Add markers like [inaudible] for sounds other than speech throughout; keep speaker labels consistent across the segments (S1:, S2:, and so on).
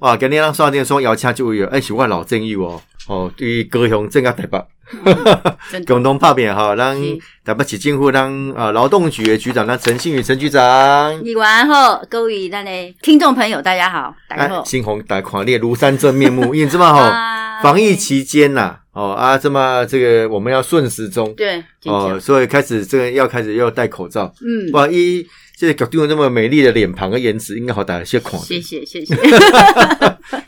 S1: 哇，今日咱山顶山邀请这位哦，哎、是我的老战友哦，哦，对于高雄镇到台北，
S2: 真的
S1: 共同拍拼吼，咱
S2: 是
S1: 台北市政府咱呃劳动局的局长，咱陈信宇陈局长。
S2: 你完后，各位咱的听众朋友，大家好，大家好。
S1: 哎新红打垮列庐山真面
S2: [laughs]
S1: 目，因为这么吼，
S2: 啊
S1: 哎防疫期间呐、哦啊，这么这个我们要顺时钟
S2: 对，请
S1: 哦，
S2: 讲
S1: 所以开始这个要开始要戴口罩。
S2: 嗯，
S1: 哇，一这个角度那么美丽的脸庞和颜值，应该好大家些看。
S2: 谢谢
S1: [laughs]
S2: 谢谢，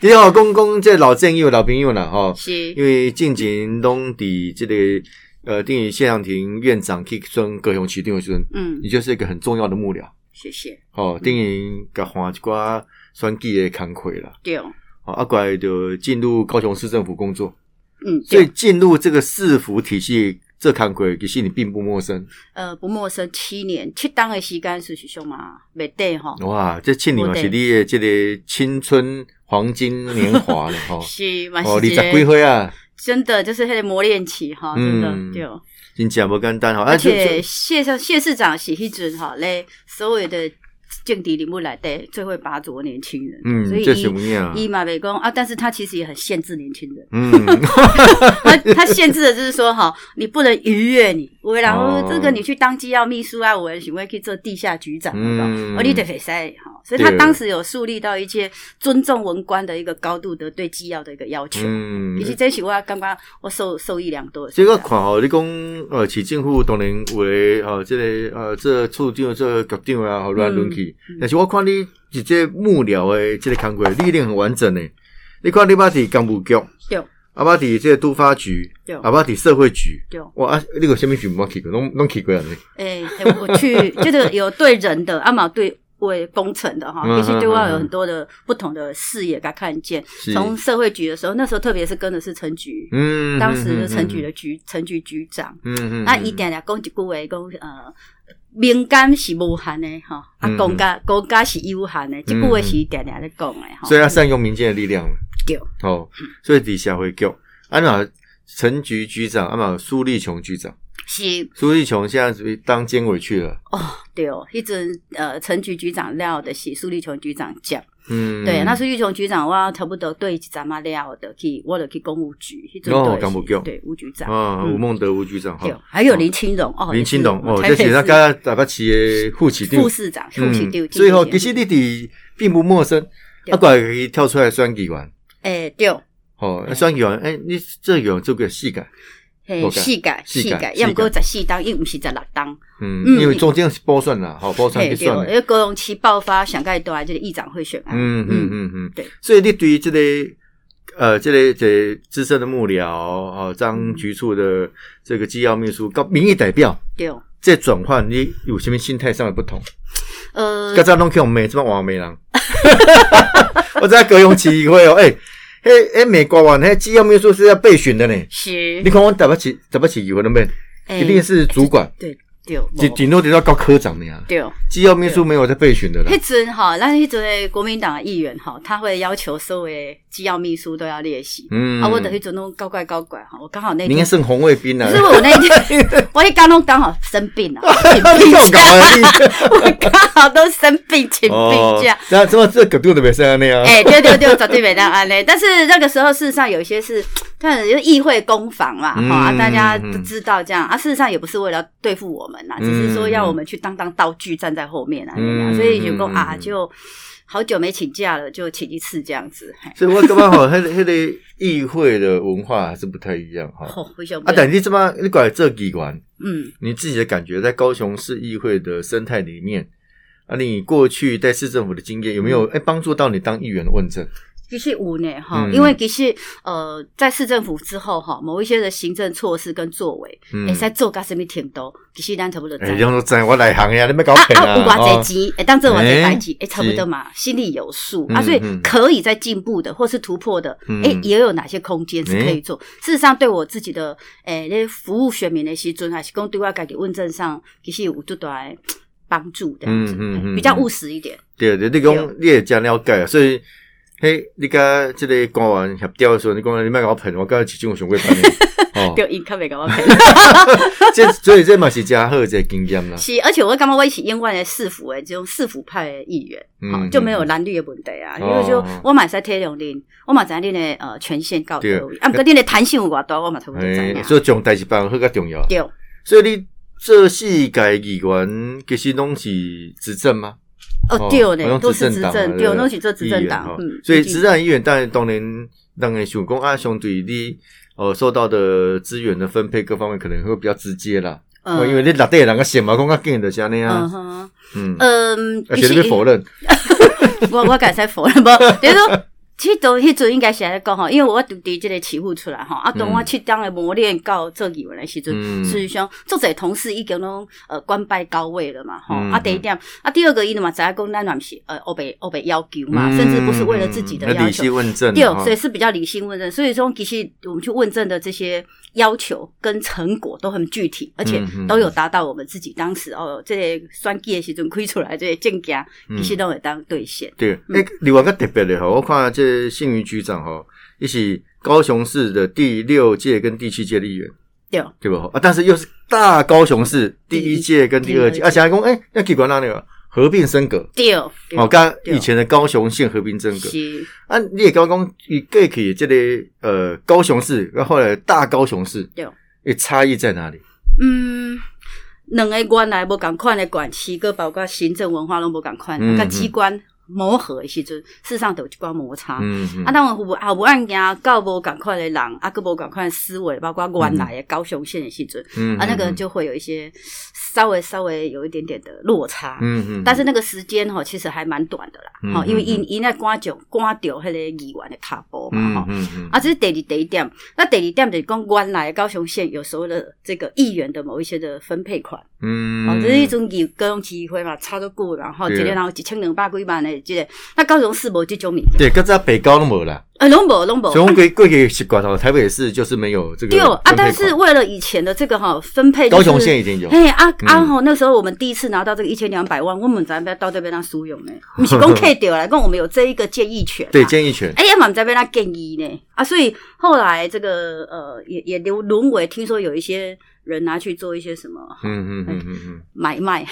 S1: 你好，公公这老战友、老朋友啦，哦吼，
S2: 是
S1: 因为近前拢伫这个呃，定于谢长廷院长去跟高雄市定位尊，
S2: 嗯，
S1: 你就是一个很重要的幕僚。
S2: 谢谢，
S1: 哦，定于甲换一寡选举的工课啦，
S2: 对，嗯
S1: 哦，啊，过来就进入高雄市政府工作，所以
S2: 嗯对，
S1: 进入这个市府体系，这工课其实你并不陌生。
S2: 呃，不陌生，七年七档的时间是是什嘛？袂对吼，
S1: 哇，这庆年嘛是你的这个青春黄金年华
S2: [laughs]
S1: 了，吼、
S2: 是嘛
S1: 哦，
S2: 是
S1: 二
S2: 一
S1: 十几
S2: 个
S1: 岁啊，
S2: 真的就是迄个磨练期哈，真的
S1: 嗯
S2: 对。哦
S1: 真正无简单吼。啊
S2: 而且
S1: 就就
S2: 谢上谢市长是迄阵哈咧，所有的政敌里目来对最会拔擢年轻人，
S1: 嗯
S2: 所，以
S1: 这是
S2: 伊
S1: 么样啊？
S2: 伊嘛袂讲啊，但是他其实也很限制年轻人， [laughs]
S1: 嗯，
S2: 他他限制的就是说哈，你不能逾越你，我然
S1: 哦
S2: 后这个你去当机要秘书啊，我想要去做地下局长，
S1: 嗯
S2: 嗯、哦，你得会使哈，所以他
S1: 对
S2: 当时有树立到一些尊重文官的一个高度的对机要的一个要求，
S1: 嗯
S2: 其实这是我感觉我受受益良多的
S1: 这
S2: 所在。
S1: 个看吼，你讲呃，市政府当然有的呃，这个呃，这处长、这个局长啊，好乱轮去
S2: 嗯。
S1: 但是我看你是这幕僚的这个工作，你一定很完整诶。你看你捌伫干部局，
S2: 对
S1: 啊捌伫这个都发局，
S2: 对
S1: 啊捌伫社会局，
S2: 对。
S1: 哇，啊，你有什么局冇去过，拢拢去过啊安尼。
S2: 诶、诶哎我去 [laughs] 就是有对人的，阿毛对为工程的哈，
S1: 嗯
S2: 必须对
S1: 嗯
S2: 外
S1: 嗯
S2: 有很多的不同的视野给他看见。
S1: 是
S2: 从社会局的时候，那时候特别是跟的是陈局，
S1: 嗯
S2: 当时的陈局的，局陈局局长，
S1: 嗯嗯嗯，
S2: 那一点点讲一句话讲呃。民间是无限的吼，啊
S1: 嗯，
S2: 公家公家是有限的，这句话是常常咧讲的吼。
S1: 所以要善用民间的力量了。
S2: 对
S1: 哦，所以底下会叫啊那陈局局长，啊嘛苏立琼局长，
S2: 是
S1: 苏立琼现在是当监委去了。
S2: 哦，对哦，一直呃，陈局局长了的是苏立琼局长讲。
S1: 嗯，
S2: 对，啊那苏玉琼局长，我差不多对一阵啊仔了的去，我就去公务局，去
S1: 哦
S2: 做
S1: 干部局
S2: 对吴局长，
S1: 啊，
S2: 嗯
S1: 吴孟德吴局长哈
S2: 对，，还有林清荣哦，
S1: 林清龙哦，
S2: 也
S1: 这
S2: 是
S1: 是
S2: 台
S1: 那
S2: 北市
S1: 个台北市的副市长
S2: 副，市长，副市长，
S1: 所以吼，其实你弟并不陌生，
S2: 对
S1: 啊，过来可以跳出来选议员，
S2: 诶，对。
S1: 哦，啊选议员，哎，你这有这个戏感，
S2: 嘿
S1: 多，少
S2: 四届，
S1: 四
S2: 四
S1: 届
S2: 届，要
S1: 四
S2: 毋过十四档，又毋是十六档，
S1: 嗯，
S2: 嗯
S1: 因为中间是波算啦，好，波算
S2: 嘿，
S1: 去
S2: 对，哦
S1: 算
S2: 因
S1: 的，
S2: 为高雄市爆发上届大就是议长会选案，
S1: 嗯嗯嗯嗯，
S2: 对，
S1: 所以你对于这个。呃，这类、个、这个资深的幕僚哦，张局处的这个纪要秘书、高民意代表，
S2: 对，
S1: 这转换你有什么心态上的不同？
S2: 呃，
S1: 刚才拢去用美，这帮黄美人。 [laughs] 我在高雄市议会哦，哎、欸，迄迄美国完，迄机要秘书是要备选的呢。
S2: 是
S1: 你，看我台北市台北市议会那边，
S2: 诶
S1: 一定是主管，
S2: 对对，
S1: 顶
S2: 无
S1: 顶多顶到高科长那样。
S2: 对。
S1: 机要秘书没有在备选的啦。
S2: 迄阵哈，咱迄阵的国民党的议员哈，他会要求所有的机要秘书都要练习。
S1: 嗯，
S2: 啊，我的迄阵拢搞怪搞怪哈，我刚好那
S1: 你应该
S2: 天，
S1: 是红卫兵啊
S2: 可。
S1: [laughs]
S2: 是我那天， [laughs] 我迄刚拢刚好生病了，请
S1: 你
S2: 病
S1: 这种搞
S2: 假， [laughs]
S1: 法你
S2: 我刚好都生病请
S1: 哦
S2: 病假。，
S1: 那这么这个度的没事啊那 [laughs] 样。
S2: 哎、对对对，绝对没当安嘞。但是那个时候，事实上有一些是，看就是议会攻防嘛，哈、
S1: 嗯
S2: 啊，大家都知道这样啊。事实上也不是为了对付我们啦，
S1: 嗯
S2: 只是说要我们去当当道具，站在后面啊，
S1: 嗯
S2: 那样。所以员工
S1: 嗯
S2: 啊，
S1: 嗯
S2: 就好久没请假了，就请一次这样子。嘿
S1: 所以我感觉吼，迄个迄个议会的文化还是不太一样哈。
S2: 哦，不行，
S1: 啊，
S2: 不行
S1: 等你这么你过来这议员，
S2: 嗯，
S1: 你自己的感觉，在高雄市议会的生态里面，啊，你过去在市政府的经验有没有哎帮助到你当议员的问政？
S2: 其实有呢，哈、
S1: 嗯
S2: 因为其实呃，在市政府之后哈，某一些的行政措施跟作为，
S1: 嗯
S2: 哎、在做噶什么挺多，其实咱差不多知道。
S1: 哎，杨说真，我来行呀，你别 [laughs] 搞
S2: 啊
S1: 骗
S2: 啊，有偌
S1: 哦
S2: 济钱，哎，当做偌济代志
S1: 欸，
S2: 哎，差不多嘛，心里有数
S1: 嗯
S2: 啊，所以
S1: 嗯
S2: 可以在进步的或是突破的
S1: 嗯，
S2: 哎，也有哪些空间是可以做。事实上，对我自己的哎，那些服务选民的时阵，还是讲对我家己问政上，其实有就来帮助这样子哎
S1: 嗯嗯嗯，
S2: 比较务实一点。
S1: 对对，你讲
S2: 对
S1: 你也这样了解啊，所以。嘿，你甲即个官员协调的时候，你讲你莫甲我喷，我感觉市政上过
S2: [laughs]
S1: 喷的。哦，
S2: 对，伊较袂甲我
S1: [laughs]
S2: 骗。
S1: 这所以这嘛是真好的一个经验啦。
S2: 是，而且我感觉我是永远的市府的这种市府派的议员，
S1: 嗯
S2: 好
S1: 嗯
S2: 就没有蓝绿的问题啊。因为就
S1: 哦
S2: 我嘛会使体谅恁，我嘛知影恁的呃权限到
S1: 对
S2: 底位，啊，毋过恁的弹性有偌大，我嘛差不多知
S1: 嘿
S2: 影。
S1: 哎所以将代志办好较重要。
S2: 对，
S1: 所以你这四届议员其实拢是执政吗？
S2: 哦 [laughs] 对
S1: 好像
S2: 呢，都是执
S1: 党啊嘛
S2: 政，对，拢是做执政党，
S1: 议员哦
S2: 嗯，
S1: 所以
S2: 毕
S1: 执
S2: 竟
S1: 政议员当然当然当然想讲啊，相对你呃受到的资源的分配各方面可能会比较直接啦，哦
S2: 呃
S1: 因为你内底的人个想嘛，讲较紧就是安尼啊
S2: 嗯，哼，
S1: 嗯，
S2: 嗯，
S1: 而且你被否认，
S2: [laughs] 我我敢使否认无，就是说，其实都迄阵应该是安尼讲吼，因为我伫伫即个起户出来吼，啊，当我
S1: 嗯
S2: 去当的磨练到做议员的时阵，
S1: 嗯
S2: 事实上做者同事已经拢呃官拜高位了嘛吼，
S1: 嗯
S2: 啊，第一点，啊，第二个伊嘛知影讲咱嘛不是呃欧北欧北要求嘛，
S1: 嗯
S2: 甚至不是为了自己的
S1: 那
S2: 要
S1: 理
S2: 求。
S1: 性问政
S2: 对
S1: 啊，哈，
S2: 所以是比较理性问政，所以说其实我们去问政的这些要求跟成果都很具体，而且
S1: 嗯嗯
S2: 都有达到我们自己当时哦，这个选举的时阵开出来的这些证件，
S1: 嗯
S2: 其实都会当兑现。
S1: 对，
S2: 嗯
S1: 诶，另外一个特别的吼，我看这信宇局长吼，伊是高雄市的第六届跟第七届的议员，
S2: 对
S1: 对吧？啊，但是又是大高雄市第一届跟第二届，
S2: 第一
S1: 而且还讲诶，那机关那那个啊合并升格，
S2: 对，对
S1: 哦，跟
S2: 对
S1: 以前的高雄县合并升格。
S2: 是，
S1: 啊，你也刚讲与过去的这个呃高雄市，然后后来大高雄市，
S2: 对，
S1: 诶，差异在哪里？
S2: 嗯，两个原来无共款的管区，佮包括行政文化拢无共款，啊
S1: 嗯
S2: 甲机关磨合的时阵，事实上都有一寡摩擦。
S1: 嗯，嗯
S2: 啊，当然有啊，有案件到无共款的人，啊，佮无共款的思维，包括原来的高雄县的时阵，
S1: 嗯
S2: 啊，那个
S1: 嗯
S2: 就会有一些稍微稍微有一点点的落差。
S1: 嗯嗯，
S2: 但是那个时间吼，其实还蛮短的啦，吼、
S1: 嗯
S2: 因为
S1: 嗯
S2: 因
S1: 嗯
S2: 因那赶上赶着迄个议员的卡波嘛，
S1: 嗯
S2: 吼、
S1: 嗯嗯
S2: 啊，这是第二第一点。那第二点就是讲，原来高雄县有所谓的这个议员的某一些的分配款，
S1: 嗯，
S2: 哦，这是一种有各种机会嘛，差得过，然后一
S1: 对
S2: 个然后一千两百几万的这个，那高雄市无这种物件，
S1: 对，跟在北高都没啦。
S2: 呃，拢无拢无。
S1: 所以我们
S2: 啊
S1: 过过去习惯哦，台北市就是没有这个分
S2: 对
S1: 配
S2: 哦
S1: 款。
S2: 啊，但是为了以前的这个哈分配，
S1: 高雄县。已经有，
S2: 嘿啊
S1: 嗯
S2: 啊吼！那时候我们第一次拿到这个一千两百万，我们咱要到这边让输用呢， [laughs] 不是讲 K 掉来，讲我们有这一个建议权啊。
S1: 对建议权，
S2: 哎呀，嘛不知被他建议呢啊，所以后来这个呃，也也流沦为听说有一些人拿去做一些什么
S1: 嗯嗯嗯嗯
S2: [laughs]
S1: 嗯，
S2: 买卖，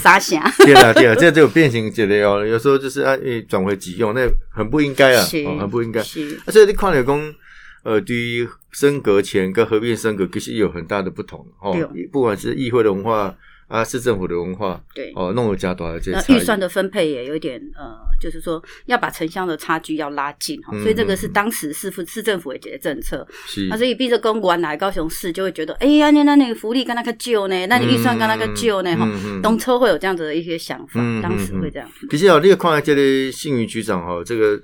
S2: 傻想
S1: 对啦对啦，这就有变形这类哦，有时候就是按转回己用，那很不应该啊，
S2: 是
S1: 哦很不应该。
S2: 是，
S1: 啊所以你看了讲，呃，对于升格前跟合并升格其实有很大的不同哦
S2: 对，
S1: 不管是议会的文化啊，市政府的文化
S2: 对。
S1: 哦，弄有加大的这些
S2: 那
S1: 差
S2: 预
S1: 异。
S2: 算的分配也有一点呃，就是说要把城乡的差距要拉近哈，
S1: 嗯
S2: 所以这个是当时市府市政府也决的政策。
S1: 是
S2: 啊，所以变成公馆来高雄市就会觉得，哎呀，那那那个福利跟那个旧呢，那你预算跟那个旧呢哈，
S1: 嗯嗯嗯
S2: 东车会有这样子的一些想法
S1: 嗯嗯，
S2: 当时会这样。
S1: 其实哦，你有看到这个信宇局长哦，这个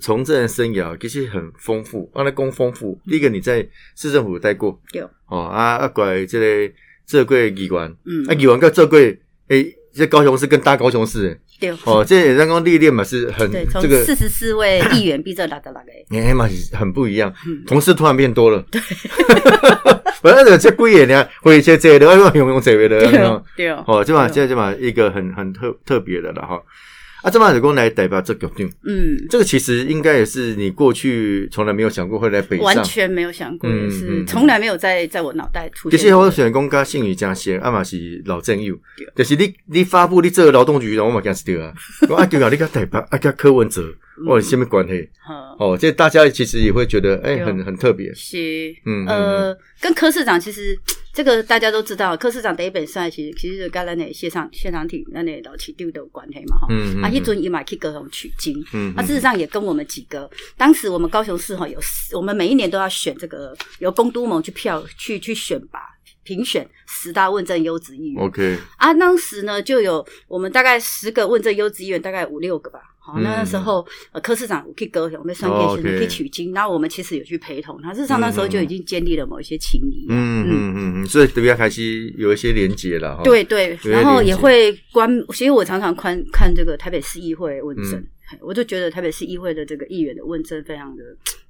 S1: 从政的生涯哦其实很丰富，让他讲丰富。
S2: 嗯
S1: 第一个你在市政府待过，
S2: 对
S1: 哦啊啊，拐这个这过议员，
S2: 嗯
S1: 啊，议员到这过诶，这高雄市跟大高雄市的
S2: 对 [laughs]
S1: 哦，这也让讲历练嘛是很
S2: 对，从
S1: 这个
S2: 四十四位议员变成六
S1: [laughs]
S2: 十六个。
S1: 哎嘛是很不一样
S2: 嗯，
S1: 同事突然变多 [laughs] 了。对，我那个这贵也呢，或者这这的，我用用这个的，哎
S2: 对
S1: 你看
S2: 哦，对哦，
S1: 哦，这嘛
S2: 对
S1: 这这嘛一个很很特特别的了哈。啊，这嘛是讲来代表这个定，
S2: 嗯，
S1: 这个其实应该也是你过去从来没有想过会来北
S2: 完
S1: 上。
S2: 全没有想过，
S1: 嗯
S2: 也
S1: 嗯
S2: 是
S1: 嗯
S2: 从来没有在在我脑袋出
S1: 其
S2: 现
S1: 实
S2: 过。
S1: 我选公家信宇加些，啊嘛是老政友
S2: 对，
S1: 就是你你发布你这个劳动局，然后我嘛讲是对啊，我啊对啊，你跟代表啊跟柯文
S2: [laughs]
S1: 哲，哦，有什么关系？
S2: 嗯
S1: 哦，这大家其实也会觉得哎、
S2: 对
S1: 很很特别。
S2: 是
S1: 嗯嗯
S2: 呃，跟柯市长其实这个大家都知道，柯市长第一本赛其实其实就跟咱的谢长谢长廷咱的老市长都有关系嘛哈。
S1: 嗯，嗯
S2: 啊，
S1: 嗯
S2: 一准也买去高雄取经，
S1: 嗯
S2: 啊，
S1: 嗯
S2: 事实上也跟我们几个，当时我们高雄市哈有十，我们每一年都要选这个由公都盟去票去去选拔评选十大问政优质议员，
S1: OK，
S2: 啊，当时呢就有我们大概十个问政优质议员，大概五六个吧。好，
S1: 嗯
S2: 那那时候呃，柯市长有去高雄，我们算
S1: 哦
S2: 电视
S1: OK
S2: 去取经，然后我们其实有去陪同他。事实上那时候就已经建立了某一些情谊。
S1: 嗯嗯嗯嗯，所以这边开始有一些连接了哈。
S2: 对对，
S1: 有
S2: 然
S1: 点
S2: 后
S1: 连
S2: 也
S1: 结
S2: 会关。其实我常常看看这个台北市议会问政，
S1: 嗯
S2: 嘿我就觉得台北市议会的这个议员的问政非常的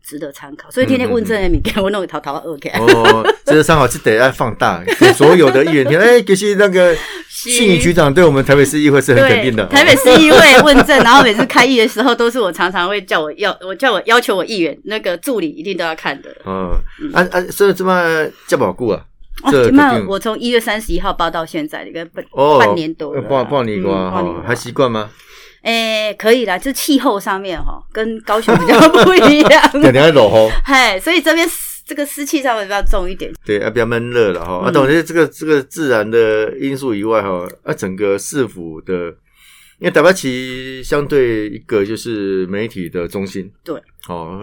S2: 值得参考。所以天天问这些物件，我弄个头头恶起来。
S1: 嗯哦，这个三好是得要放大，给所有的议员听。哎，其实那个信宇局长对我们台北市议会是很肯定的。哦
S2: 台北市
S1: [laughs]
S2: 议会问政，然后每次开议的时候，都是我常常会叫我要，我叫我要求我议员那个助理一定都要看的。
S1: 哦，啊啊，所以这么叫保固啊，
S2: 哦
S1: 这，
S2: 那、
S1: 肯定
S2: 我从一月三十一号报到现在，应该半、
S1: 哦，
S2: 半年多了啦，
S1: 半半年多啊，
S2: 嗯半
S1: 哦
S2: 年
S1: 还习惯吗？
S2: 哎、可以啦，就气候上面哈，跟高雄比较不一样。
S1: [laughs] 两两落雨，
S2: [laughs] 嗨，所以这边湿这个湿气上面比较重一点。
S1: 对，啊，比较闷热了哈。啊，
S2: 嗯
S1: 当然这个这个自然的因素以外哈，啊，整个市府的，因为台北市相对一个就是媒体的中心，
S2: 对，
S1: 哦，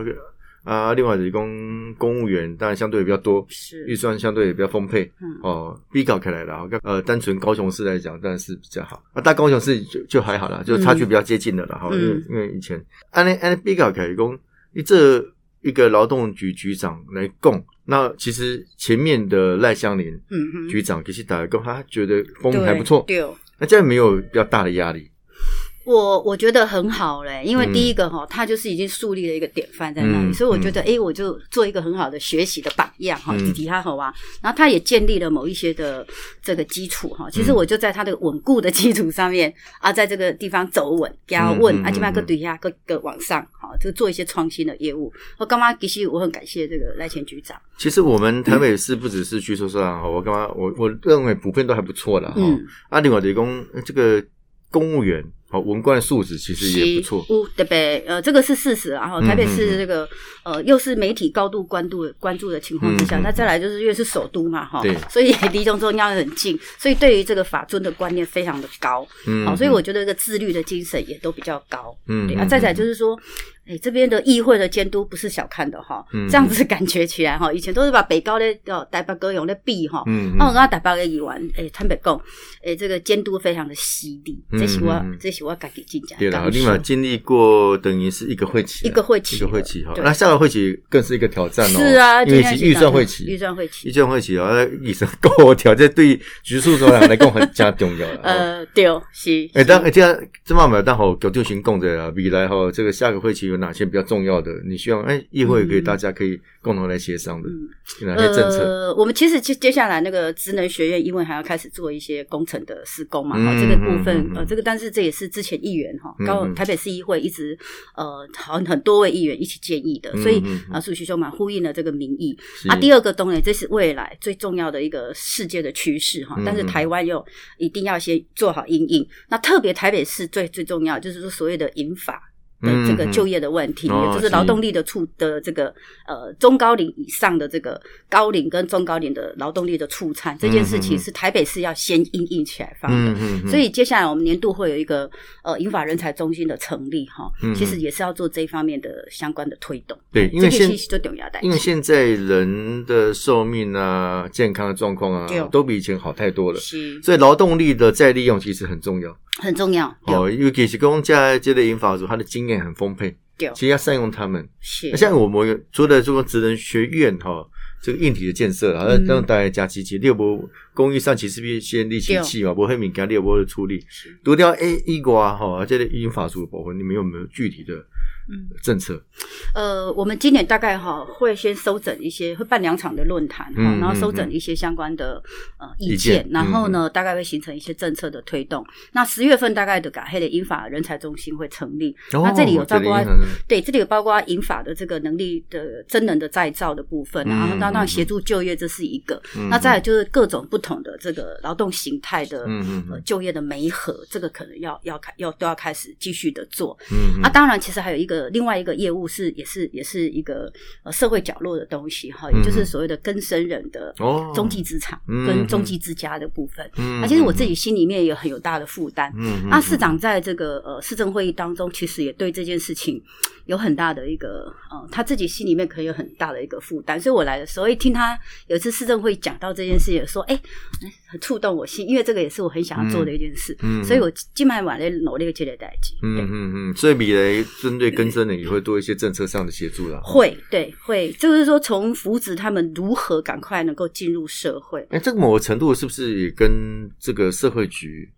S1: 啊，另外就是公公务员当然相对比较多，预
S2: 是，
S1: 算相对也比较丰沛，
S2: 嗯
S1: 哦，比较开来了。呃，单纯高雄市来讲，当然是比较好。啊，大高雄市就就还好啦，就差距比较接近的了哈。
S2: 嗯
S1: 因为因为以前按那按那比较开来讲，你这一个劳动局局长来供，那其实前面的赖香林
S2: 嗯哼，
S1: 局长给去打来供，他觉得风
S2: 对
S1: 还不错，
S2: 对，
S1: 那这样没有比较大的压力。
S2: 我我觉得很好嘞，因为
S1: 嗯
S2: 第一个哈、他就是已经树立了一个典范在那里，
S1: 嗯
S2: 所以我觉得哎、诶我就做一个很好的学习的榜样哈，
S1: 嗯
S2: 自己他好啊，然后他也建立了某一些的这个基础哈。其实
S1: 嗯
S2: 我就在他的稳固的基础上面啊，在这个地方走稳，给他问、
S1: 嗯嗯
S2: 啊，基本上各
S1: 嗯
S2: 底下各个往上哈，就做一些创新的业务。我干嘛？其实我很感谢这个赖前局长，
S1: 其实我们台北市不只是居住上，我干嘛我我认为普遍都还不错了哈。
S2: 嗯，
S1: 啊，另外就是讲呃这个公务员哦，文官的素质其实也不错。
S2: 有特别呃，这个是事实啊。然后
S1: 嗯
S2: 台北市这个呃，又是媒体高度关注关注的情况之下，
S1: 嗯嗯
S2: 那再来就是因为是首都嘛，哈
S1: 对，
S2: 所以离中中央很近，所以对于这个法尊的观念非常的高，
S1: 嗯，
S2: 好，所以我觉得这个自律的精神也都比较高。
S1: 嗯
S2: 对啊，再来就是是说，哎，这边的议会的监督不是小看的哈，
S1: 嗯
S2: 这样子感觉起来哈，以前都是把北高的哦台北高用的比哈，
S1: 嗯，
S2: 啊，
S1: 嗯
S2: 我刚台北的议员，诶，坦白讲，诶，这个监督非常的犀利，
S1: 嗯
S2: 这是我
S1: 嗯嗯，
S2: 这是我自己真正
S1: 对了，
S2: 感受
S1: 另外经历过等于是一个会期
S2: 一
S1: 啊，
S2: 个会期
S1: 一
S2: 了，
S1: 个会期哈，
S2: 对
S1: 那下个会期更是一个挑战哦，
S2: 是啊，
S1: 因为
S2: 就像
S1: 是
S2: 是
S1: 预
S2: 讲
S1: 算
S2: 的
S1: 会
S2: 预
S1: 期，
S2: 算会
S1: 预
S2: 期，
S1: 算会期哦，啊预算够挑战，对于局处首长来讲很加重要
S2: [laughs]
S1: 了。哦。
S2: 呃，对，是，
S1: 哎，
S2: 是
S1: 当哎这样，这嘛嘛，当好九定行共的啊，未来哈，这个下个会期有哪些比较重要的？你希望哎，议会给
S2: 嗯
S1: 大家可以共同来协商的
S2: 嗯，
S1: 哪些政策？
S2: 呃，我们其实接接下来那个职能学院，因为还要开始做一些工程的施工嘛，哈、
S1: 嗯
S2: 这个部分、
S1: 嗯嗯
S2: 呃，这个但是这也是之前议员哈，
S1: 嗯
S2: 高
S1: 嗯
S2: 台北市议会一直呃，好像很多位议员一起建议的，所以
S1: 嗯嗯嗯
S2: 啊，苏徐兄嘛呼应了这个民意
S1: 是
S2: 啊。第二个东西，这是未来最重要的一个世界的趋势哈
S1: 嗯，
S2: 但是
S1: 嗯
S2: 台湾又一定要先做好因应。那特别台北市最最重要就是说所谓的引法。的这个就业的问题，
S1: 嗯哦
S2: 也就是劳动力的促的这个呃中高龄以上的这个高龄跟中高龄的劳动力的促产这件事
S1: 嗯嗯
S2: 情，
S1: 嗯
S2: 是台北市要先应应起来放的。
S1: 嗯
S2: 所以接下来我们年度会有一个呃英法人才中心的成立哈
S1: 嗯嗯，
S2: 其实也是要做这一方面的相关的推动。
S1: 对，因为
S2: 这个
S1: 现
S2: 其实就重要的代志
S1: 因为现在人的寿命啊、健康的状况啊
S2: 对哦，
S1: 都比以前好太多了。
S2: 是
S1: 所以劳动力的再利用其实很重要
S2: 很重要，
S1: 哦，尤其是公家这类银发族，他的经验很丰沛，
S2: 对对
S1: 其实要善用他们。
S2: 是
S1: 那像我们有除了这个职能学院哈、这个硬体的建设啊，
S2: 嗯
S1: 让大家加积极，六波公益上其实必先立起器嘛，不会敏感六波的处理。除掉 A 一瓜哈，这类英法族的保护，你们有没有具体的
S2: 嗯
S1: 政策？
S2: 呃，我们今年大概哈会先收整一些，会办两场的论坛哈
S1: 嗯，
S2: 然后收
S1: 嗯
S2: 整
S1: 嗯
S2: 一些相关的呃
S1: 意
S2: 意
S1: 见嗯
S2: 见，然后呢，大概会形成一些政策的推动。那十月份大概的港黑的英法人才中心会成立，那这里有
S1: 哦这
S2: 照
S1: 类
S2: 顾啊
S1: 银发族
S2: 对，这里有包括银法的这个能力的呃真人的再造的部分，
S1: 嗯
S2: 然后
S1: 嗯
S2: 当
S1: 嗯
S2: 然协助就业这是一个，
S1: 嗯
S2: 那再来就是各种不同的这个劳动形态的。
S1: 嗯嗯
S2: 呃
S1: 嗯
S2: 就业的媒合，这个可能要要开要都要开始继续的做。
S1: 嗯嗯
S2: 啊，当然，其实还有一个另外一个业务是，也是也是一个呃社会角落的东西哈，也就
S1: 嗯
S2: 是所谓的更生人的
S1: 哦
S2: 中继职场
S1: 嗯
S2: 跟中继之家的部分。
S1: 嗯
S2: 啊，其实我自己心里面也很有大的负担。
S1: 嗯，
S2: 那市长在这个呃市政会议当中，其实也对这件事情有很大的一个呃他自己心里面可能有很大的一个负担，所以我来的时候，一听他有一次市政会讲到这件事，也说哎、哎很触动我心，因为这个也是我很想要做的一件事，
S1: 嗯
S2: 所以我今晚晚来努力这个代志。
S1: 嗯
S2: 对
S1: 嗯嗯，所以米雷针对更生人也会多一些政策上的协助啦。
S2: 会，对，会，就是说从扶植他们如何赶快能够进入社会。
S1: 哎，这个某个程度是不是也跟这个社会局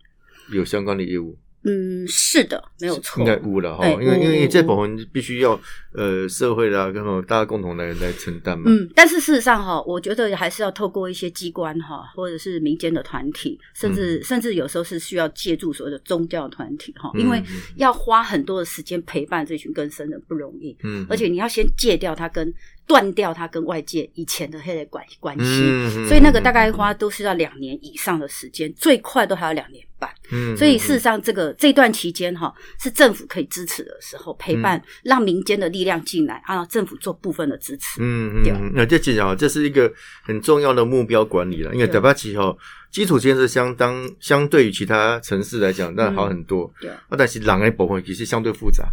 S1: 有相关的业务？
S2: 嗯，是的，没有错
S1: 应。该污了哈，
S2: 哎
S1: 因为因为
S2: 污污
S1: 这部分必须要呃社会啦，跟大家共同来来承担嘛。
S2: 嗯，但是事实上哈，我觉得还是要透过一些机关哈，或者是民间的团体，甚至、甚至有时候是需要借助所谓的宗教团体哈，
S1: 嗯
S2: 因为要花很多的时间陪伴这群更生人不容易，
S1: 嗯，
S2: 而且你要先戒掉它跟断掉它跟外界以前的黑的关关系。
S1: 嗯，
S2: 所以那个大概花都是要两年以上的时间，最快都还要两年半。
S1: 嗯，嗯
S2: 所以事实上，这个这段期间哈，是政府可以支持的时候，陪伴
S1: 嗯
S2: 让民间的力量进来啊，政府做部分的支持。
S1: 嗯嗯
S2: 对
S1: 嗯，那这其实啊，这是一个很重要的目标管理了，因为
S2: 对
S1: 台北市哈基础建设相当相对于其他城市来
S2: 嗯
S1: 讲，那好很多。
S2: 对啊，
S1: 啊，但是人的部分其实相对复杂，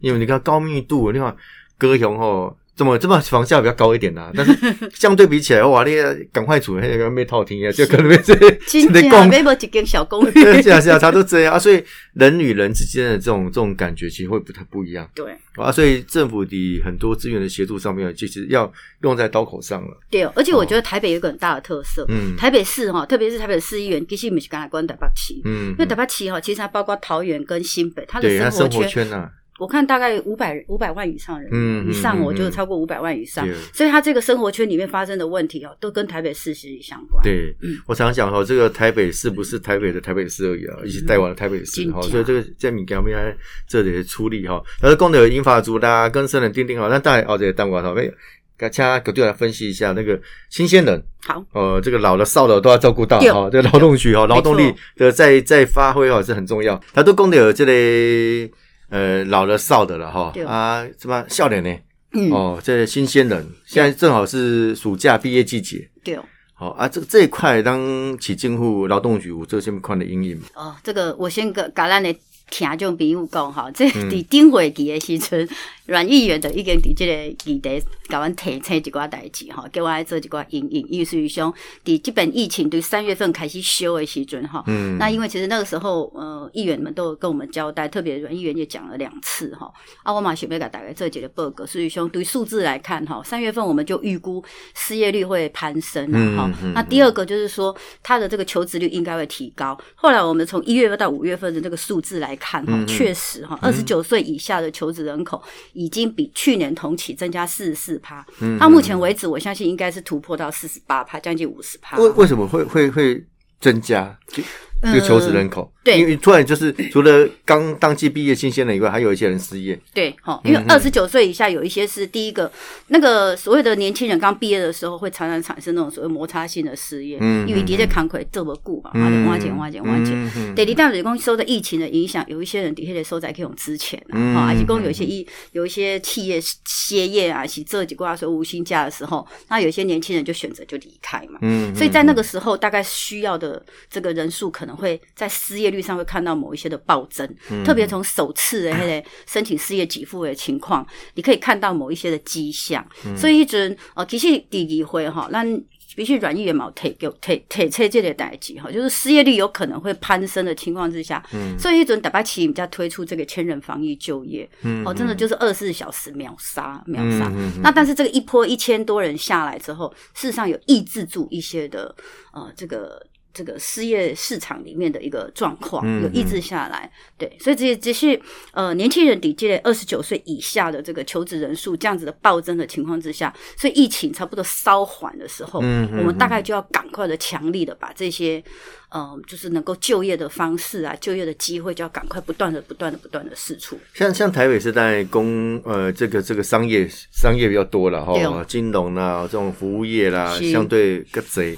S1: 因为你看高密度，你看高雄吼，这么这么房价比较高一点啦、啊
S2: [laughs]
S1: 但是相对比起来，哇，你赶快煮那个被套厅
S2: [laughs]
S1: 啊，就可能被这 [laughs]
S2: 今
S1: 得
S2: 天
S1: 供
S2: 啊，没有几间
S1: [laughs]
S2: 小公寓。
S1: 对，是啊是啊，他都这样啊，所以人与人之间的这种这种感觉，其实会不太不一样
S2: 对
S1: 啊，所以政府的很多资源的协助上面，其实要用在刀口上了，
S2: 对，而且我觉得台北有一个很大的特色，
S1: 嗯
S2: 台北市哈，特别是台北市议员，其实不是刚才关台北市，
S1: 嗯
S2: 因，为台北市哈，其实还包括桃园跟新北，它的
S1: 对他
S2: 生
S1: 生
S2: 活
S1: 活
S2: 圈
S1: 圈呐，
S2: 我看大概五百五百万以上人，
S1: 嗯
S2: 以上
S1: 嗯
S2: 我
S1: 嗯
S2: 就
S1: 嗯
S2: 超过五百万以上，
S1: 对
S2: 所以他这个生活圈里面发生的问题哦，都跟台北市息息相关。，
S1: 对
S2: 嗯，
S1: 我常讲哦，这个台北市不是台北的台北市而已啊，以及台湾的台北市
S2: 真
S1: 哈，
S2: 假
S1: 所以这个在民间面来这里的处理哈，但是公的引法族啦，跟生人定定好，那当然哦，这个当官哈，没，大家给队来分析一下那个新鲜人，
S2: 好，
S1: 呃，这个老了少了都要照顾到
S2: 对
S1: 哈，这个劳动局哈，劳动力的再再发挥哈是很重要，他都公的有这类呃老了少的了哈
S2: 对
S1: 啊，什么笑脸呢？
S2: 嗯，
S1: 哦，这个新鲜人现在正好是暑假毕业季节。
S2: 对哦，
S1: 好啊，这这一块当起政府劳动局有做什么款的阴影？
S2: 哦，这个我先跟甲咱的听众朋友讲哈，这
S1: 嗯
S2: 伫顶会期的时阵，阮议员就已经伫即个议题甲阮提醒一寡代志吼，叫我来做一寡应应，意思是讲伫即本疫情对三月份开始修的时阵吼。
S1: 嗯，
S2: 那因为其实那个时候，呃，议员们都有跟我们交代，特别阮议员也讲了两次哈。啊，我马想要给大概这节的报告，所以兄对数字来看哈，三月份我们就预估失业率会攀升
S1: 嗯
S2: 啊哈、
S1: 嗯
S2: 那第二个就是说，它的这个求职率应该会提高。后来我们从一月份到五月份的这个数字来看哈
S1: 嗯嗯，
S2: 确、实哈，二十九岁以下的求职人口已经比去年同期增加四十四趴。
S1: 嗯
S2: 到目前为止，我相信应该是突破到四十八趴，将近五十趴。
S1: 嗯为为什么会会会增加这这个求职人口？
S2: 嗯对
S1: 因为突然就是除了刚当季毕业新鲜人以外，还有一些人失业。
S2: 对，哈，因为
S1: 嗯哼
S2: 二十九岁以下有一些是第一个，那个所谓的年轻人刚毕业的时候，会常常产生那种所谓摩擦性的失业，
S1: 嗯
S2: 因为的确扛亏这么顾嘛，啊花钱花钱花钱花钱。
S1: 嗯，嗯
S2: 对，你当然讲受到疫情的影响，有一些人的确得受在去用之前啊，
S1: 嗯
S2: 哈、还是讲有一些一有一些企业歇业啊，是这几挂说无薪假的时候，那有一些年轻人就选择就离开嘛。
S1: 嗯，
S2: 所以在那个时候，大概需要的这个人数可能会在失业率上会看到某一些的暴增，
S1: 嗯
S2: 特别从首次的那个申请失业给付的情况，你可以看到某一些的迹象。
S1: 嗯
S2: 所以一直呃，其实第二回哈，咱必须软议员冇提给提提切这个代志哈，就是失业率有可能会攀升的情况之下，所以一准打巴奇人家推出这个千人防疫就业，
S1: 嗯
S2: 哦，真的就是二十四小时秒杀秒杀。
S1: 嗯嗯嗯
S2: 那但是这个一波一千多人下来之后，事实上有抑制住一些的呃这个。这个失业市场里面的一个状况
S1: 嗯
S2: 有抑制下来，对，所以这些这些呃年轻人抵借二十九岁以下的这个求职人数这样子的暴增的情况之下，所以疫情差不多稍缓的时候，
S1: 嗯嗯
S2: 我们大概就要赶快的、强力的把这些呃，就是能够就业的方式啊、就业的机会，就要赶快不断的、不断的、不断的试出。
S1: 像像台北是在工呃这个这个商业商业比较多了
S2: 对
S1: 哈
S2: 哦，
S1: 金融啦这种服务业啦，
S2: 是
S1: 相对较贼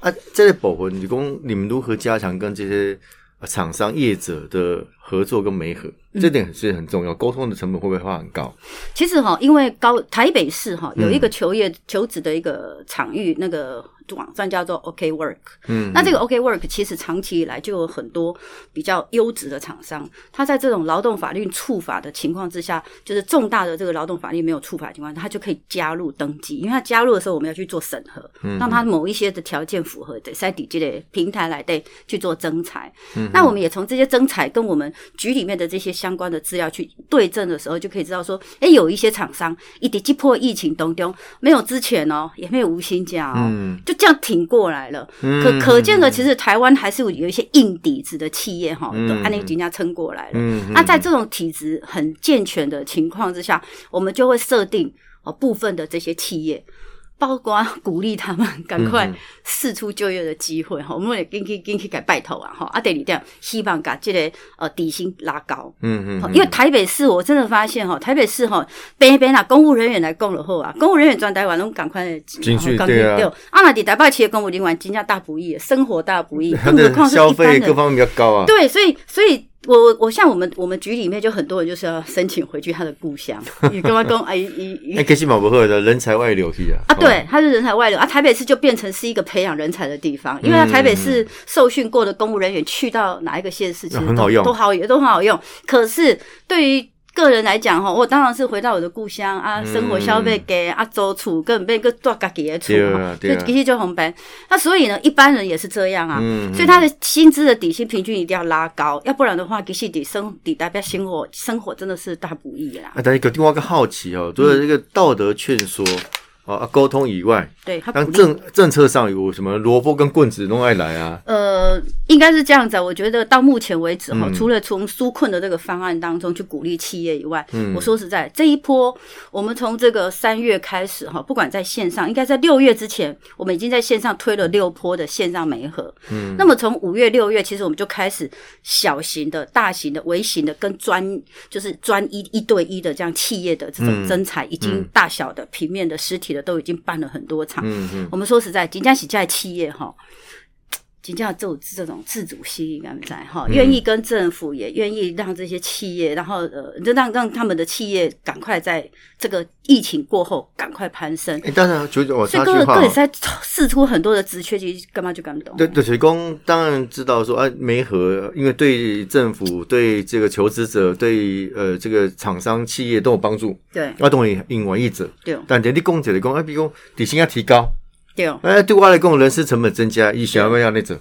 S1: 啊。这类部分，你讲你们如何加强跟这些呃厂商业者的合作跟媒合，
S2: 嗯
S1: 这点是很重要。沟通的成本会不会花很高？
S2: 其实哈，因为高台北市哈有一个求业、求职的一个场域，那个网站叫做 OK Work。
S1: 嗯，
S2: 那这个 OK Work 其实长期以来就有很多比较优质的厂商，他在这种劳动法律触法的情况之下，就是重大的这个劳动法律没有触法的情况下，他就可以加入登记，因为他加入的时候我们要去做审核，
S1: 嗯
S2: 让他某一些的条
S1: 嗯
S2: 件符合，得在底这类平台来对去做征才。那我们也从这些征才跟我们局里面的这些相关的资料去对证的时候，就可以知道说，哎，有一些厂商一直击破疫情当中，没有之前哦，也没有无薪假哦，
S1: 嗯，
S2: 就这样挺过来了。可
S1: 嗯
S2: 可见的，其，实台湾还是有一些硬底子的企业哈，
S1: 嗯
S2: 都按那人家撑过来了。
S1: 嗯，
S2: 那在这种体制很健全的情况之下，我们就会设定哦部分的这些企业，包括鼓励他们赶快
S1: 嗯
S2: 试出就业的机会哈、我们也跟去跟去给拜托啊哈，啊第二点希望把这个呃底薪拉高。
S1: 嗯嗯
S2: 哦
S1: 嗯，
S2: 因为台北市，我真的发现哈，台北市哈，边边啊，公务人员来供了后啊，公务人员转台湾拢赶快
S1: 进去
S2: 赶快
S1: 对啊
S2: 对啊，那伫台北市的公务人员真正大不易，生活大不易，
S1: 它
S2: 更何
S1: 的
S2: 况是
S1: 消
S2: 一
S1: 费
S2: 般
S1: 各
S2: 人。
S1: 方面比较高啊，
S2: 对，所以所以。我我我像我们我们局里面就很多人就是要申请回去他的
S1: [laughs]
S2: 故乡，你跟我讲哎一一
S1: 哎，可惜马不赫的人才外流去啊，
S2: 啊，
S1: 哦
S2: 对，，它是人才外流啊。台北市就变成是一个培养人才的地方，因为它台
S1: 嗯
S2: 北市受训过的公务人员去到哪一个县市，其实
S1: 那
S2: 都
S1: 很好用
S2: 都好都很好用。可是对于个人来讲，哈，我当然是回到我的故乡啊，生活消费给啊，租厝更别个住家己的
S1: 嗯
S2: 厝
S1: 对啊
S2: 哈，
S1: 对啊
S2: 就其实就红班。那所以呢，一般人也是这样啊，
S1: 嗯
S2: 所以他的薪资的底薪平均一定要拉高，要不然的话，其实底生底代表生活生活真的是大不易啦。
S1: 啊，但是有另外一个好奇
S2: 嗯
S1: 哦，除了这个道德劝说啊沟通以外，
S2: 对他
S1: 当
S2: 鼓励
S1: 政政策上有什么萝卜跟棍子弄爱来啊？
S2: 呃，应该是这样子啊。我觉得到目前为止哈，
S1: 嗯
S2: 除了从纾困的这个方案当中去鼓励企业以外，
S1: 嗯
S2: 我说实在，这一波我们从这个三月开始哈，不管在线上，应该在六月之前，我们已经在线上推了六波的线上媒合。
S1: 嗯，
S2: 那么从五月、六月，其实我们就开始小型的、大型的、微型的跟专就是专一一对一的这样企业的这种
S1: 嗯
S2: 征才，已经
S1: 嗯
S2: 大小的、平面的、实体的都已经办了很多场。
S1: 嗯嗯，
S2: 我们说实在，金家喜家的企业哈，金家这种这种自主性敢不在
S1: 嗯
S2: 哈，愿意跟政府也愿意让这些企业，然后呃，就让让他们的企业赶快在这个疫情过后赶快攀升。
S1: 哎，当然，九九我插
S2: 所以
S1: 句
S2: 各位
S1: 话
S2: 各
S1: 哦
S2: 位，在试出很多的职缺，其实干嘛就感动。
S1: 对对，水工当然知道说，啊，媒合，因为对政府、对这个求职者、对呃这个厂商、企业都有帮助，
S2: 对
S1: 啊，当然引完一者。
S2: 对
S1: 但是你讲者来讲，啊，比如讲底薪要提高，
S2: 对，
S1: 哎，对我来讲，人事成本增加，伊想要要那种，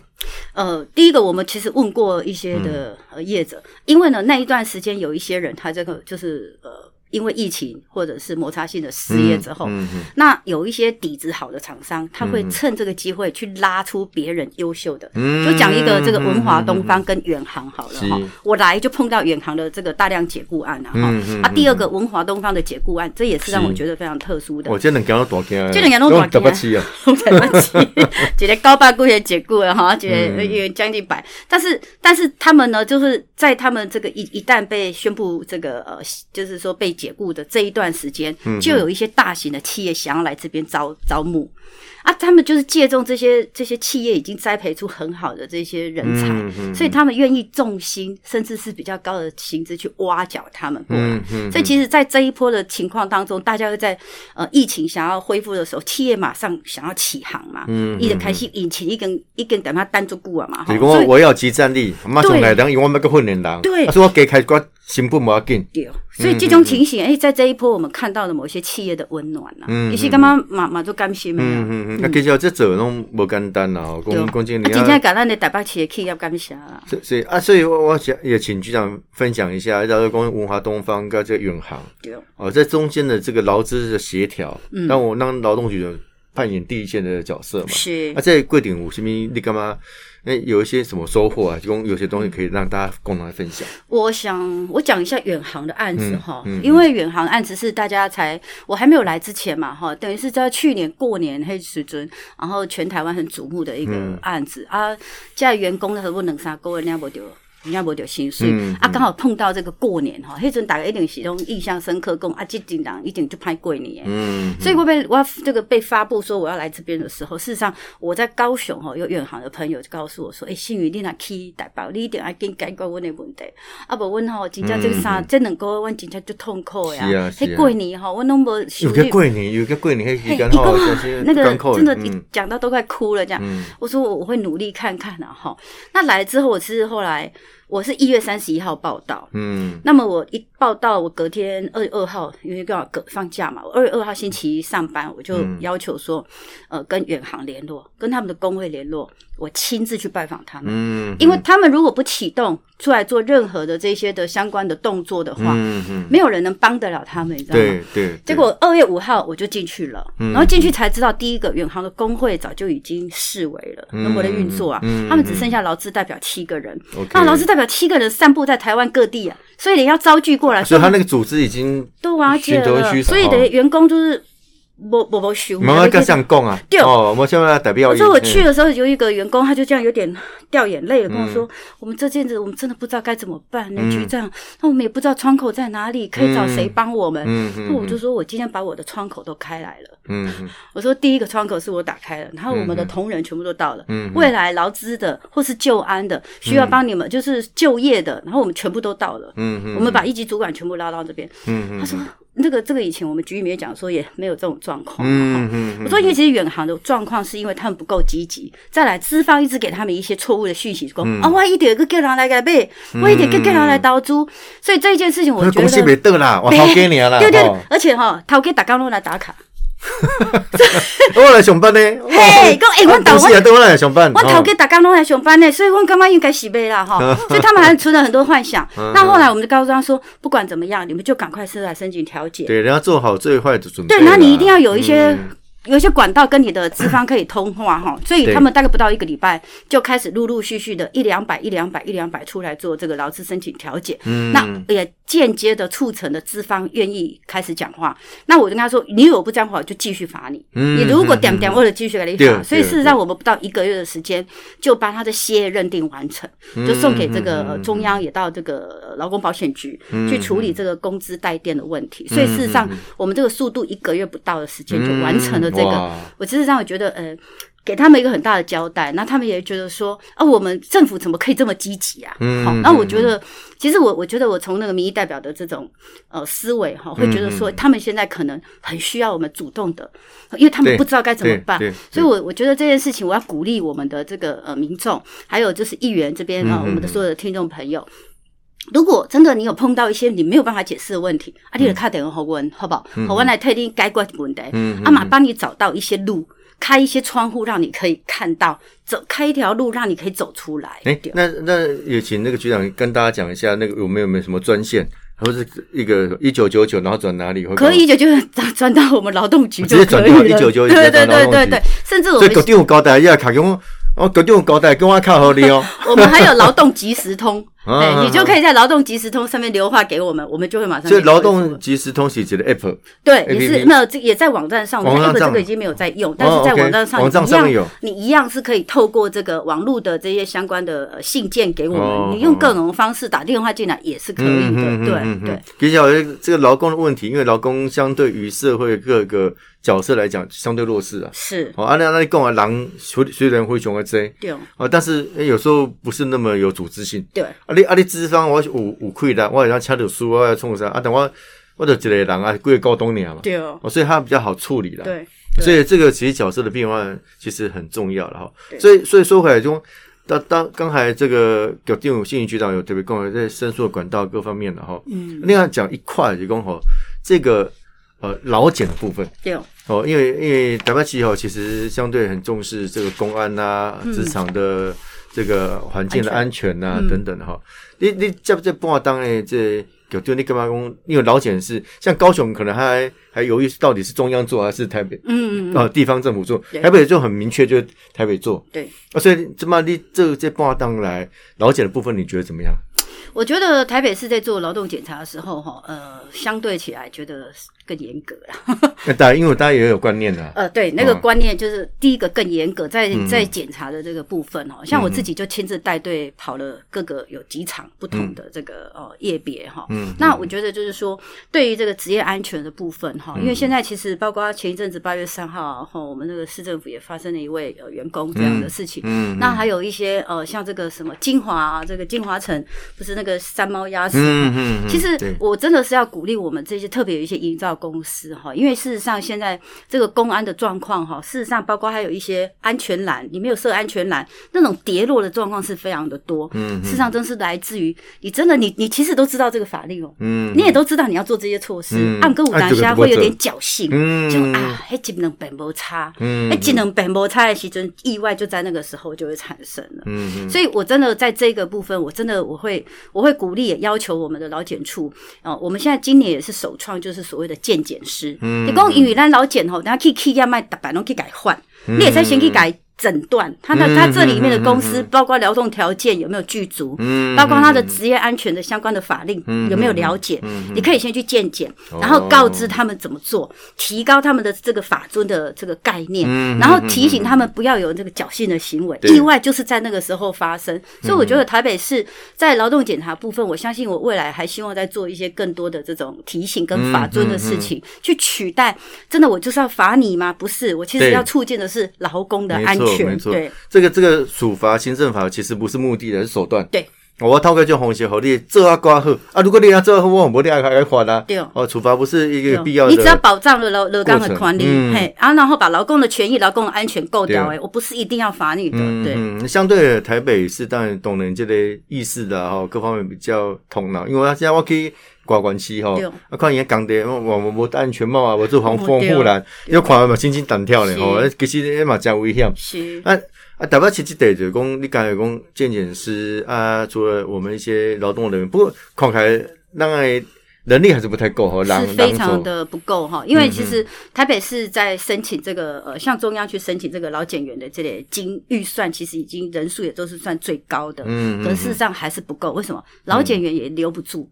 S2: 呃，第一个我们其实问过一些
S1: 嗯
S2: 的呃业者，因为呢那一段时间有一些人他这个就是呃因为疫情或者是摩擦性的失业之后，
S1: 嗯嗯
S2: 那有一些底子好的厂商，他会
S1: 嗯
S2: 趁这个机会去拉出别人优秀的。
S1: 嗯，
S2: 就讲一个这个文华东
S1: 嗯，
S2: 方跟远航好了
S1: 是
S2: 哈，我来就碰到远航的这个大量解雇案啊哈
S1: 嗯嗯，
S2: 啊
S1: 嗯
S2: 第二个文华东方的解雇案，这也是让
S1: 是
S2: 我觉得非常特殊的
S1: 我。真能感到大惊啊，
S2: 这两个都大惊啊
S1: 我特别气啊，
S2: [laughs] 我才忘记，觉得高八姑也解雇了哈，觉
S1: 嗯
S2: 得有将近百，但是但是他们呢，就是在他们这个一一旦被宣布这个呃，就是说被解雇的这一段时间，
S1: 嗯
S2: 就有一些大型的企业想要来这边招招募啊，他们就是借重这些这些企业已经栽培出很好的这些人才，
S1: 嗯嗯
S2: 所以他们愿意重薪，甚至是比较高的薪资去挖角他们过来。
S1: 嗯嗯，
S2: 所以其实，在这一波的情况当中，大家会在呃疫情想要恢复的时候，企业马上想要起航嘛，
S1: 嗯
S2: 一直开始引起一根一根等它单做固啊嘛，
S1: 就是
S2: 哈
S1: 讲
S2: 所
S1: 我
S2: 以
S1: 我要有集战力，马上来人，因为我们个混人人，
S2: 对
S1: 他说我给开关成本无要紧，
S2: 对所
S1: 嗯
S2: 以这种情形，哎、在这一波我们看到了某些企业的温暖啊，
S1: 嗯
S2: 其实干嘛马马就甘心没有。
S1: 嗯嗯嗯，那其实这做拢无简单啦，吼，
S2: 对
S1: 讲讲真，
S2: 啊，
S1: 你
S2: 真正
S1: 要。
S2: 给咱的台北企业企业感谢啦。
S1: 所以所以啊，所以我我想也请局长分享一下，叫做关于文华东方跟这个远航
S2: 对，
S1: 哦，在中间的这个劳资的协调，
S2: 嗯
S1: 让我让劳动局的扮演第一线的角色嘛。
S2: 是
S1: 啊，。在贵顶五十米，你干嘛？哎，有一些什么收获啊？就有些东西可以让大家共同来分享。
S2: 我想我讲一下远航的案子哈、
S1: 嗯嗯
S2: 因为远航案子是大家才我还没有来之前嘛哈，等于是在去年过年黑时尊，然后全台湾很瞩目的一个
S1: 嗯
S2: 案子、啊，在员工的时候两三个月领无到。人家无着薪水、
S1: 嗯
S2: 啊，刚好碰到这个过年哈，迄阵大家一定是拢印象深刻，讲啊，这阵人一定就拍过年的。
S1: 嗯，
S2: 所以我被我要这个被发布说我要来这边的时候，事实上我在高雄哦，有远航的朋友就告诉我说：“哎、信宇，你若去台北，你一定要紧解决我的问题。啊，不，阮吼真正这三、这两个月，阮真正就痛苦
S1: 嗯
S2: 的
S1: 是啊是啊
S2: 迄过年吼，阮拢无
S1: 有
S2: 收
S1: 个
S2: 入。
S1: 贵年，有个贵年，可
S2: 嘿
S1: 以刚
S2: 你讲
S1: 好
S2: 啊
S1: 就是
S2: 那个
S1: 干扣
S2: 真的
S1: 嗯
S2: 讲到都快哭了这样。
S1: 嗯
S2: 我说我我会努力看看啊哈。那来之后，我其实后来我是一月三十一号报道，
S1: 嗯，
S2: 那么我一报到，我隔天二月二号，因为刚好隔放假嘛，我二月二号星期一上班，我就
S1: 嗯
S2: 要求说，呃，跟远航联络，跟他们的工会联络，我亲自去拜访他们，
S1: 嗯，
S2: 因为他们如果不启动出来做任何的这些的相关的动作的话，
S1: 嗯嗯，
S2: 没有人能帮得了他们，你知道吗？
S1: 对对，
S2: 结果二月五号我就进去了，
S1: 嗯
S2: 然后进去才知道，第一个远航的工会早就已经视为了
S1: 嗯
S2: 中国的运作啊，
S1: 嗯
S2: 他们只剩下劳资代表七个人，
S1: 对 OK，
S2: 那劳资代表七个人散布在台湾各地啊，所以得要招聚过来，
S1: 所以他
S2: 们
S1: 那个组织已经
S2: 都瓦解
S1: 寻求
S2: 了
S1: 需，求
S2: 所以得员工就是不不不休。
S1: 慢慢跟上供啊，
S2: 对
S1: 哦，我们现在代表
S2: 我
S1: 意
S2: 说我
S1: 嗯
S2: 去的时候有一个员工，他就这样有点掉眼泪了，跟我说：“我们这阵子我们真的不知道该怎么办呢，
S1: 嗯
S2: 局长，那我们也不知道窗口在哪里，可以找谁帮我们。”
S1: 嗯嗯，
S2: 那我就说，我今天把我的窗口都开来了。
S1: 嗯嗯
S2: 我说第一个窗口是我打开了，然后我们的
S1: 嗯嗯
S2: 同仁全部都到了。
S1: 嗯，
S2: 未来劳资的或是就安的，需要帮你们就是就业的，然后我们全部都到了。
S1: 嗯嗯，
S2: 我们把一级主管全部拉到这边。
S1: 嗯嗯
S2: 他说，那个这个以前我们局里面也讲说也没有这种状况。
S1: 嗯嗯，
S2: 我说，因为其实远航的状况是因为他们不够积极，再来资方一直给他们一些错误的讯息，说、
S1: 嗯
S2: 啊，我一点个叫人来改背，我一点个叫人来倒租，所以这一件事情我
S1: 他嗯
S2: 觉
S1: 恭喜
S2: 得 [laughs]
S1: 没得啦，我好给你啦，哦
S2: 对对，对而且哈、头家打刚都来打卡，
S1: 我来上班呢，
S2: 嘿，讲哎，我
S1: 恭
S2: 倒
S1: 喜
S2: 我
S1: 啊，对我来上班，
S2: 我头家打刚拢来上班呢，所以我感觉应该洗杯啦哈，所以他们还存了很多幻想。那后来我们就告诉他说，不管怎么样，你们就赶快是来申请调解，
S1: 对，人家做好最坏的准备，嗯
S2: 对，那你一定要有一些、有一些管道跟你的资方可以通
S1: [coughs]
S2: 话哈，所以
S1: 对
S2: 他们大概不到一个礼拜就开始陆陆续续的一两百、一两百、一两百出来做这个劳资申请调解，那
S1: 嗯
S2: 也间接的促成了资方愿意开始讲话。那我就跟他说，你如果不讲话，我就继续罚你。
S1: 嗯
S2: 你如果点点为了继续给你
S1: 对
S2: 罚，
S1: 对
S2: 所以事实上我们不到一个月的时间就把他的歇业认定完成，就送给这
S1: 嗯
S2: 个呃中央，也到这个呃劳工保险局去处理这个工资代垫的问
S1: 嗯
S2: 题。所以事实上，我们这个速度一个月不到的时间就完成了这个。我事实上我觉得，呃，给他们一个很大的交代，那他们也觉得说，啊，我们政府怎么可以这么积极啊？
S1: 嗯
S2: 好
S1: 嗯，
S2: 那我觉得，其实我我觉得我从那个民意代表的这种呃思维哈，会觉得
S1: 嗯
S2: 说，他们现在可能很需要我们主动的，因为他们
S1: 对
S2: 不知道该怎么办
S1: 对对。
S2: 所以我我觉得这件事情，我要鼓励我们的这个呃民众，还有就是议员这边啊、呃
S1: 嗯嗯
S2: 我们的所有的听众朋友。如果真的你有碰到一些你没有办法解释的问题，啊，你就打电话给阮，好不好？好，我来替你解决问题。
S1: 嗯
S2: 阿玛帮你找到一些路，开一些窗户，让你可以看到，走开一条路，让你可以走出来。
S1: 哎
S2: 对，
S1: 那那也请那个局长跟大家讲一下，那个有没有没有什么专线，或者是一个一九九九，然后转哪里？
S2: 可以，就就转转到我们劳动局
S1: 我
S2: 就
S1: 直接
S2: 可
S1: 转
S2: 以
S1: 到
S2: 了。
S1: 199
S2: 对对
S1: 转到劳
S2: 对
S1: 动
S2: 对
S1: 局
S2: 对，甚至我
S1: 所以
S2: 们
S1: 局长有交代也卡用，哦，局长有交代跟我卡好你
S2: [laughs]
S1: 哦。
S2: 我们还有劳动即时通，
S1: [laughs] 啊
S2: 哎
S1: 啊，啊
S2: 你就可以在劳动即时通上面留话给我们，我们就会马上。
S1: 所以劳动即时通讯节的 app，
S2: 对
S1: APP
S2: 也是没有这也在网站上面
S1: 网站
S2: ，app
S1: 上哦
S2: 这个已经没有在用，但是在
S1: OK，
S2: 网站上
S1: 网站
S2: 你一样
S1: 上面有
S2: 你一样是可以透过这个网络的这些相关的呃信件给我
S1: 哦
S2: 们，你用各种方式打电话进来也是可
S1: 嗯
S2: 以的，对对。。
S1: 比较这个劳工的问题，因为劳工相对于社会各个角色来讲，相对弱势啊。
S2: 是，
S1: 哦，啊，那那你讲啊，人虽虽然非常的多，
S2: 对
S1: 啊，但是诶有时候不是那么有组织性。
S2: 对，
S1: 啊，你啊，你资方我有有亏啦，我要请律师，我要创啥啊？但我我就一个人啊，几个高东年嘛，
S2: 对
S1: 哦，所以他比较好处理啦。
S2: 对
S1: 所以这个其实角色的变换其实很重要了哈。
S2: 对
S1: 所以所以说回来中，当当刚才这个有第五信息局长有特别跟我在申诉的管道各方面的哈。
S2: 嗯，
S1: 另外讲一块就讲吼，这个呃劳检的部分
S2: 对
S1: 哦，因为因为台湾企吼其实相对很重视这个公安呐、职场的这个环境的安全呐、
S2: 嗯
S1: 等等的哈。你你这不这不当诶这。有丢你干嘛公？因为劳检是像高雄，可能还还犹豫是到底是中央做还是台北
S2: 嗯嗯嗯，
S1: 呃，地方政府做，
S2: 对
S1: 台北就很明确，就是台北做
S2: 对，
S1: 啊。所以这么你这这报当来老检的部分，你觉得怎么样？
S2: 我觉得台北市在做劳动检查的时候，哈，呃，相对起来觉得更严格啊啦。
S1: 那当然，因为大家也有观念啦、
S2: 呃，对，那个
S1: 嗯
S2: 观念就是第一个更严格，在
S1: 嗯
S2: 在检查的这个部分哈，像我自己就亲自带队跑了各个有几场不同的这个呃业别哈。
S1: 嗯，
S2: 那我觉得就是说，对于这个职业安全的部分哈，
S1: 嗯
S2: 因为现在其实包括前一阵子八月三号哈，我们那个市政府也发生了一位呃员工这样的事情，
S1: 嗯，
S2: 那还有一些呃，像这个什么金华、啊，这个金华城不是那那个山猫压死。
S1: 嗯嗯嗯，
S2: 其实
S1: 对
S2: 我真的是要鼓励我们这些，特别有一些营造公司哈，因为事实上现在这个公安的状况哈，事实上包括还有一些安全栏，你没有设安全栏，那种跌落的状况是非常的多。
S1: 嗯嗯
S2: 事实上，真是来自于你真的你你其实都知道这个法令哦，
S1: 嗯，
S2: 你也都知道你要做这些措施
S1: 嗯，
S2: 按歌舞
S1: 啊
S2: 台
S1: 这个
S2: 下
S1: 不
S2: 会有
S1: 这
S2: 点侥幸，
S1: 嗯
S2: 就啊，还技能本无差，
S1: 嗯
S2: 哎，技能本无差的时阵，意外就在那个时候就会产生了。
S1: 嗯嗯，
S2: 所以，我真的在这个部分，我真的我会我会鼓励也要求我们的劳检处哦，我们现在今年也是首创，就是所谓的鉴检师。
S1: 嗯
S2: 你讲因为咱劳检吼，等下去去要卖打板拢去改换，
S1: 嗯
S2: 你也在先去改诊断，他的
S1: 嗯
S2: 他这里面的公
S1: 嗯
S2: 司
S1: 嗯嗯
S2: 包括劳动条件有没有具足，
S1: 嗯，
S2: 包括他的职业安全的相关的法令
S1: 嗯
S2: 有没有了解
S1: 嗯嗯，嗯
S2: 你可以先去鉴检，
S1: 哦
S2: 然后告知他们怎么做，提高他们的这个法尊的这个概念
S1: 嗯嗯，
S2: 然后提醒他们不要有这个侥幸的行为，
S1: 对嗯
S2: 意外就是在那个时候发生。所以我觉得台北市在劳动检查部分，我相信我未来还希望再做一些更多的这种提醒跟法尊的事
S1: 嗯
S2: 情，去取代真的我就是要罚你吗？不是，我其实
S1: 对
S2: 要促进的是劳工的
S1: 没
S2: 安
S1: 错
S2: 全
S1: 没，错
S2: 对，
S1: 这个这个处罚行政法其实不是目的的，是手段。
S2: 对。
S1: 我要透过就红协和你做啊瓜好啊！如果你要做好，我不你还还还啦。
S2: 对
S1: 哦，处罚不是一
S2: 对
S1: 个必要的。
S2: 嗯你只要保障了劳劳工的权利
S1: 过，程嗯
S2: 嘿，啊，然后把劳工的权益、劳工的安全够掉，
S1: 对
S2: 哎，我不是一定要罚你的，对，
S1: 嗯，嗯相对的台北市当然懂人这个意识的哈，各方面比较通了。因为啊现在我去挂关系哈
S2: 对，
S1: 啊，看人家讲的，我我我我戴安全帽啊，我做防
S2: 哦
S1: 防
S2: 对
S1: 护栏，
S2: 对
S1: 要看嘛心惊胆跳嘞
S2: 是
S1: 吼，其实也嘛真危险。
S2: 是，
S1: 啊啊，台北其实得就是讲，你刚才讲鉴检师啊，除了我们一些劳动人员，不过看起来那个能力还是不太够哈，
S2: 是
S1: 人
S2: 非
S1: 人
S2: 常
S1: 手
S2: 的不够哈，因为其
S1: 嗯
S2: 实台北市在申请这个呃，向中央去申请这个劳检员的这类经预算，其实已经人数也都是算最高的，
S1: 嗯嗯
S2: 可是事实上还是不够，为什么？劳检员也留不住。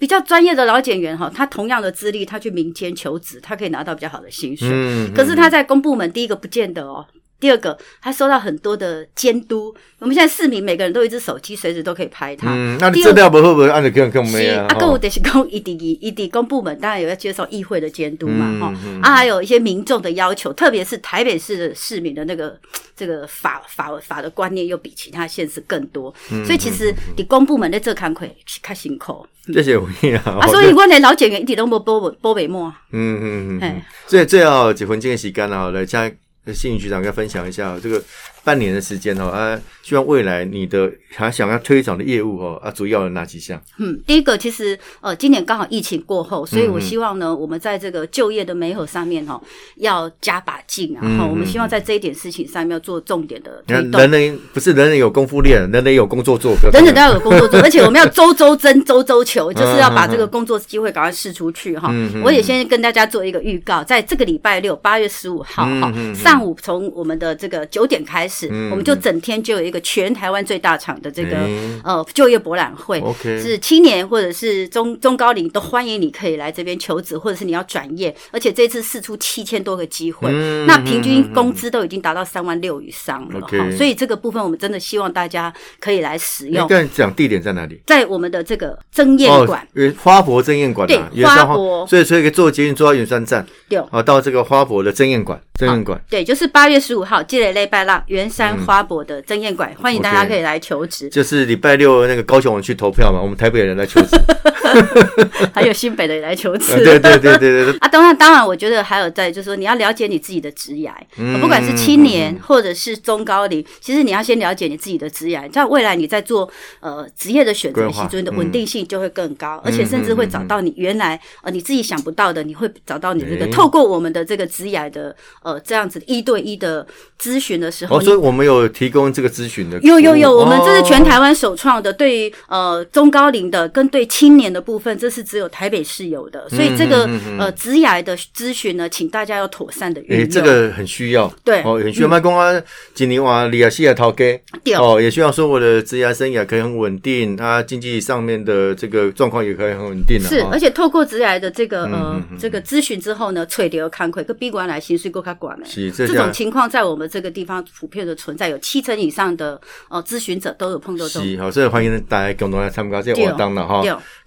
S2: 比较专业的劳检员哈，他同样的资历，他去民间求职，他可以拿到比较好的薪水。
S1: 嗯，
S2: 可是他在公部门，第一个不见得哦，第二个他收到很多的监督。我们现在市民每个人都有一只手机，随时都可以拍他。
S1: 嗯，那你
S2: 第二
S1: 资料不会不会按着看看没
S2: 是
S1: 啊
S2: 啊，？购
S1: 吼
S2: 物的是公一地一地公部门，当然有要接受议会的监督嘛，
S1: 嗯
S2: 哈、
S1: 嗯
S2: 啊，还有一些民众的要求，特别是台北市的市民的那个这个法法法的观念，又比其他县市更多，
S1: 嗯
S2: 所以其实你公部门在这看会较辛苦、
S1: 这些我也啊
S2: 啊，所以我的老检员一点都没波波波北莫，
S1: 嗯嗯嗯嗯
S2: 嘿，
S1: 所以最后一分钟的时间啊，来加信宇局长跟分享一下这个半年的时间哦，啊，希望未来你的还想要推广的业务哦，啊，主要有哪几项？
S2: 嗯，第一个其实呃，今年刚好疫情过后，所以
S1: 嗯
S2: 我希望呢，我们在这个就业的美好上面哈、哦，要加把劲啊，哈、
S1: 嗯嗯
S2: 我们希望在这一点事情上面要做重点的
S1: 你
S2: 推
S1: 看，
S2: 动。
S1: 人人不是人人有功夫练，人人有工作做，
S2: 人人都要
S1: [laughs]
S2: 有工作做，而且我们要周周争、周周求，
S1: 嗯
S2: 就是要把这个工作机会赶快试出去哈
S1: 嗯嗯。
S2: 我也先跟大家做一个预告，在这个礼拜六，八月十五号哈
S1: 嗯嗯，嗯
S2: 上午从我们的这个九点开
S1: 嗯
S2: 始
S1: 嗯，
S2: 我们就整天就有一个全台湾最大场的这个
S1: 嗯
S2: 呃就业博览会，
S1: OK
S2: 是青年或者是中中高龄都欢迎你可以来这边求职，或者是你要转业，而且这次试出七千多个机会
S1: 嗯，
S2: 那平均工资都已经达到三万六以上了
S1: OK
S2: 哈，所以这个部分我们真的希望大家可以来使
S1: 你
S2: 用。
S1: 刚才讲地点在哪里？
S2: 在我们的这个增艳馆
S1: 哦，呃花博珍宴馆
S2: 对
S1: 啊，圆山
S2: 花博
S1: 所以所以可以坐捷运坐到圆山站，
S2: 六。
S1: 啊，到这个花博的珍宴馆，珍宴馆。
S2: 对，就是八月十五号，积累类拜浪圆山
S1: 嗯
S2: 花博的增艳馆，欢迎大家可以来求
S1: [laughs]
S2: 职，
S1: 就是礼拜六那个高雄人去投票嘛，我们台北人来
S2: [laughs]
S1: 求职。
S2: 还有新北的也来求职。
S1: 对呃对对对对
S2: [laughs]
S1: 对，
S2: 啊，当然，当然，我觉得还有在，就是说你要了解你自己的职涯，呃
S1: 嗯
S2: 不管是青年或者是中高龄，其实你要先了解你自己的职涯，这样未来你在做呃职业的选择
S1: 规
S2: 的
S1: 划
S2: 时候，你的
S1: 嗯
S2: 稳定性就会更高，而且甚至会找到你原来呃你自己想不到的，你会找到你的那个
S1: 诶
S2: 透过我们的这个职涯的呃这样子一对一的咨询的时候，
S1: 哦，
S2: 你
S1: 所以我们有提供这个咨询的服务。
S2: 有有有，我们这是全
S1: 哦
S2: 台湾首创的，对于呃中高龄的跟对青年的部分，这是只有台北市有的，所以这个
S1: 嗯嗯嗯嗯
S2: 呃职涯的咨询呢，请大家要妥善的运
S1: 诶、
S2: 用。
S1: 这个很需要，
S2: 对
S1: 哦，很需要。麦公啊，今年哇，利亚西亚陶给，
S2: 对
S1: 哦，也希望说我的职业生涯可以很稳定，啊，经济上面的这个状况也可以很稳定啊。
S2: 是，
S1: 哦
S2: 而且透过职涯的这个呃
S1: 嗯嗯嗯
S2: 这个咨询之后呢，垂流看亏，跟闭关来薪水够卡管了。
S1: 是这
S2: 这
S1: 下
S2: 种情况在我们这个地方普遍的存在，有七成以上的呃咨询者都有碰到这种。
S1: 是好，所以欢迎大家共同来参加这个
S2: 对哦
S1: 哦活动了哈。
S2: 对，